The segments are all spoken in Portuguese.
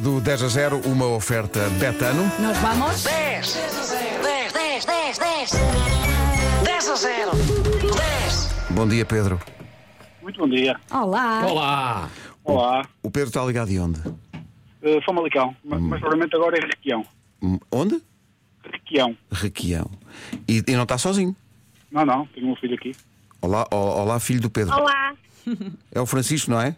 Do 10 a 0, uma oferta Betano. Nós vamos? 10, 10, 10, 10, 10, 10, 10 a 0. 10. Bom dia, Pedro. Muito bom dia. Olá! Olá! Olá. O Pedro está ligado de onde? Uh, Famalicão, mas, mas provavelmente agora é Requião. Hum, Onde? Requião. Requião. E, e não está sozinho. Não, não, tenho um filho aqui. Olá, ó- olá, filho do Pedro. Olá, É o Francisco, não é?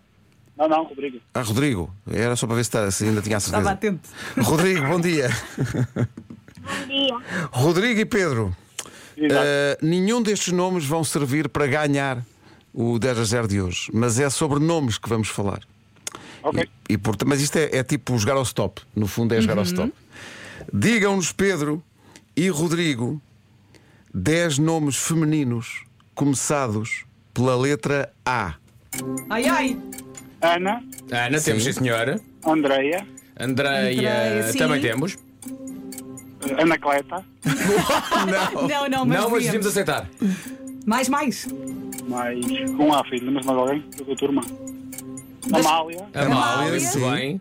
Não, não, Rodrigo. Ah, Rodrigo. Era só para ver se, tá- se ainda tinha a certeza. Estava atento. Rodrigo, bom dia. bom dia. Rodrigo e Pedro. Exato. eh, nenhum destes nomes vão servir para ganhar o 10 a 0 de hoje, mas é sobre nomes que vamos falar. ok. E, e porta- mas isto é, é tipo jogar ao stop. No fundo, é jogar ao stop. Digam-nos, Pedro e Rodrigo, 10 nomes femininos começados pela letra A. Ai ai! Ana, Ana, temos sim, senhora. Andreia, Andreia, Andreia, sim. também temos. uh, Anacleta, Não, não, mas, não, mas viemos. devíamos aceitar. Mais, mais! mais com a filha, mas mais alguém da tua turma. Amália, Amália, Amália. muito bem.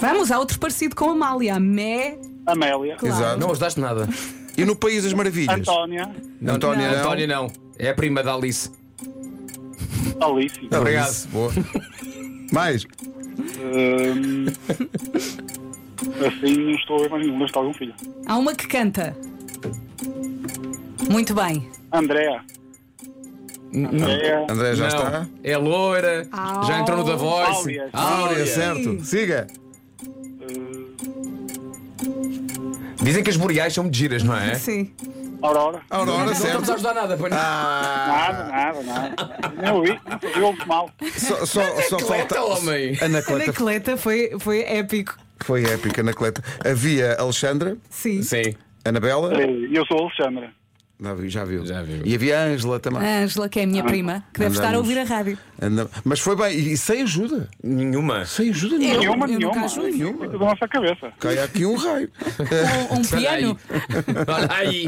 Vamos, há outro parecido com a Amália. Mé. Amélia, Claro. Exato. Não ajudaste nada. E no País das Maravilhas? Antónia, Não, Antónia, não. Antónia não. É a prima da Alice. Alice, Ah, Obrigado. isso, boa. Mais? Hum, assim não estou a ver mais nenhum, mas está algum filho. Há uma que canta. Muito bem. Andréa, Andréa, André, já não. está? É loira, Au. já entrou no The Voice. Áurea. Áurea, Áurea. certo. Siga. uh, Dizem que as boreais são de giras, não é? Sim. Aurora, Aurora, Não estamos a certo. ajudar nada, pois não. Ah, nada, nada, nada. Não ouvi, eu ouvi mal. só, só, só Anacleta, falta. homem. A Anacleta Anacleta foi, foi épico. foi épica, Anacleta. Havia Alexandra, Sim. Sim. Anabela. Uh, Eu sou a Alexandra. Não, vi- já viu. Já viu. E havia a Ângela também. A Ângela, que é a minha prima, que deve Andamos. estar a ouvir a rádio. Anda- Mas foi bem, e e sem ajuda. Nenhuma. Sem ajuda nenhuma. Nenhuma, eu nunca nenhuma. ajudo. É tudo da nossa cabeça. Cai aqui um raio. Um, um Olha aí. piano. Olha aí.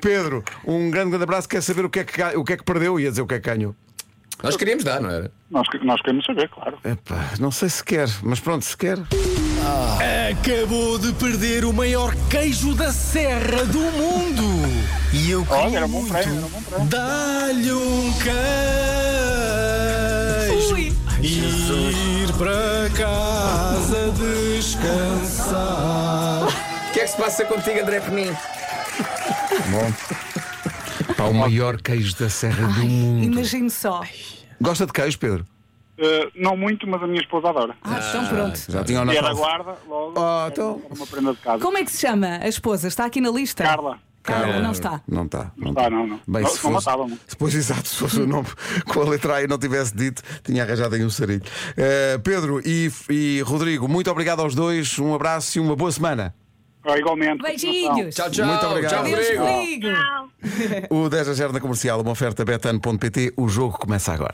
Pedro, um grande, grande abraço. Quer saber o que é que, ga- o que, é que perdeu? Ia dizer o que é que ganhou. Nós queríamos dar, não era? Nós, nós queremos saber, claro. Epá, não sei se quer, mas pronto, se quer. Acabou de perder o maior queijo da serra do mundo. E eu Olha, queria era um bom muito prémio, era um bom prémio. dar-lhe um queijo Ui. e ir para casa descansar. O que é que se passa contigo, André Penin? Bom. Pá, o maior queijo da Serra do Mundo. Imagino só. Gosta de queijo, Pedro? Uh, não muito, mas a minha esposa adora. Ah, estão pronto. Já tinha o E era Natal. guarda, logo. Ah, era então. uma prenda de casa. Como é que se chama a esposa? Está aqui na lista? Carla. Carla, não está. Não está. Não tá. está, não, não. Bem, Não- se não fosse, matava-me. se fosse exato, se fosse o nome com a letra A e não tivesse dito, tinha arranjado aí um sarilho. Eh, Pedro e, e Rodrigo, muito obrigado aos dois. Um abraço e uma boa semana. Ah, igualmente. Beijinhos. Tchau, tchau. Muito obrigado. Tchau, Deus Rodrigo. ligo. Tchau. O 10 a 0 na comercial, uma oferta betano.pt. O jogo começa agora.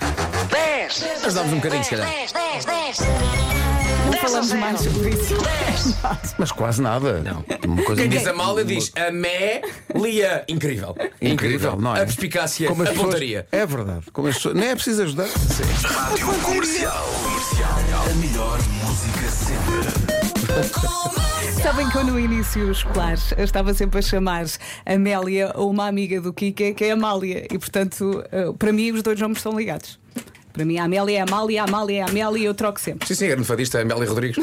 10. Ajudámos um bocadinho, se calhar. 10, 10, 10. Não falamos mais sobre isso. 10. Mas quase nada. Não. Uma coisa Quem diz a mala diz Amélia. Incrível. Incrível, não é? A perspicácia, Como as a pessoas- pontaria. É verdade. Como as pessoas... Nem é preciso ajudar. Sabem que eu no início escolar eu estava sempre a chamar Amélia ou uma amiga do Kika, que é Amália. E portanto, eh, para mim, os dois nomes estão ligados. Para mim, a Amélia é Amália, a Amália é Amélia e eu troco sempre. Sim, sim, grande fadista Amélia Rodrigues.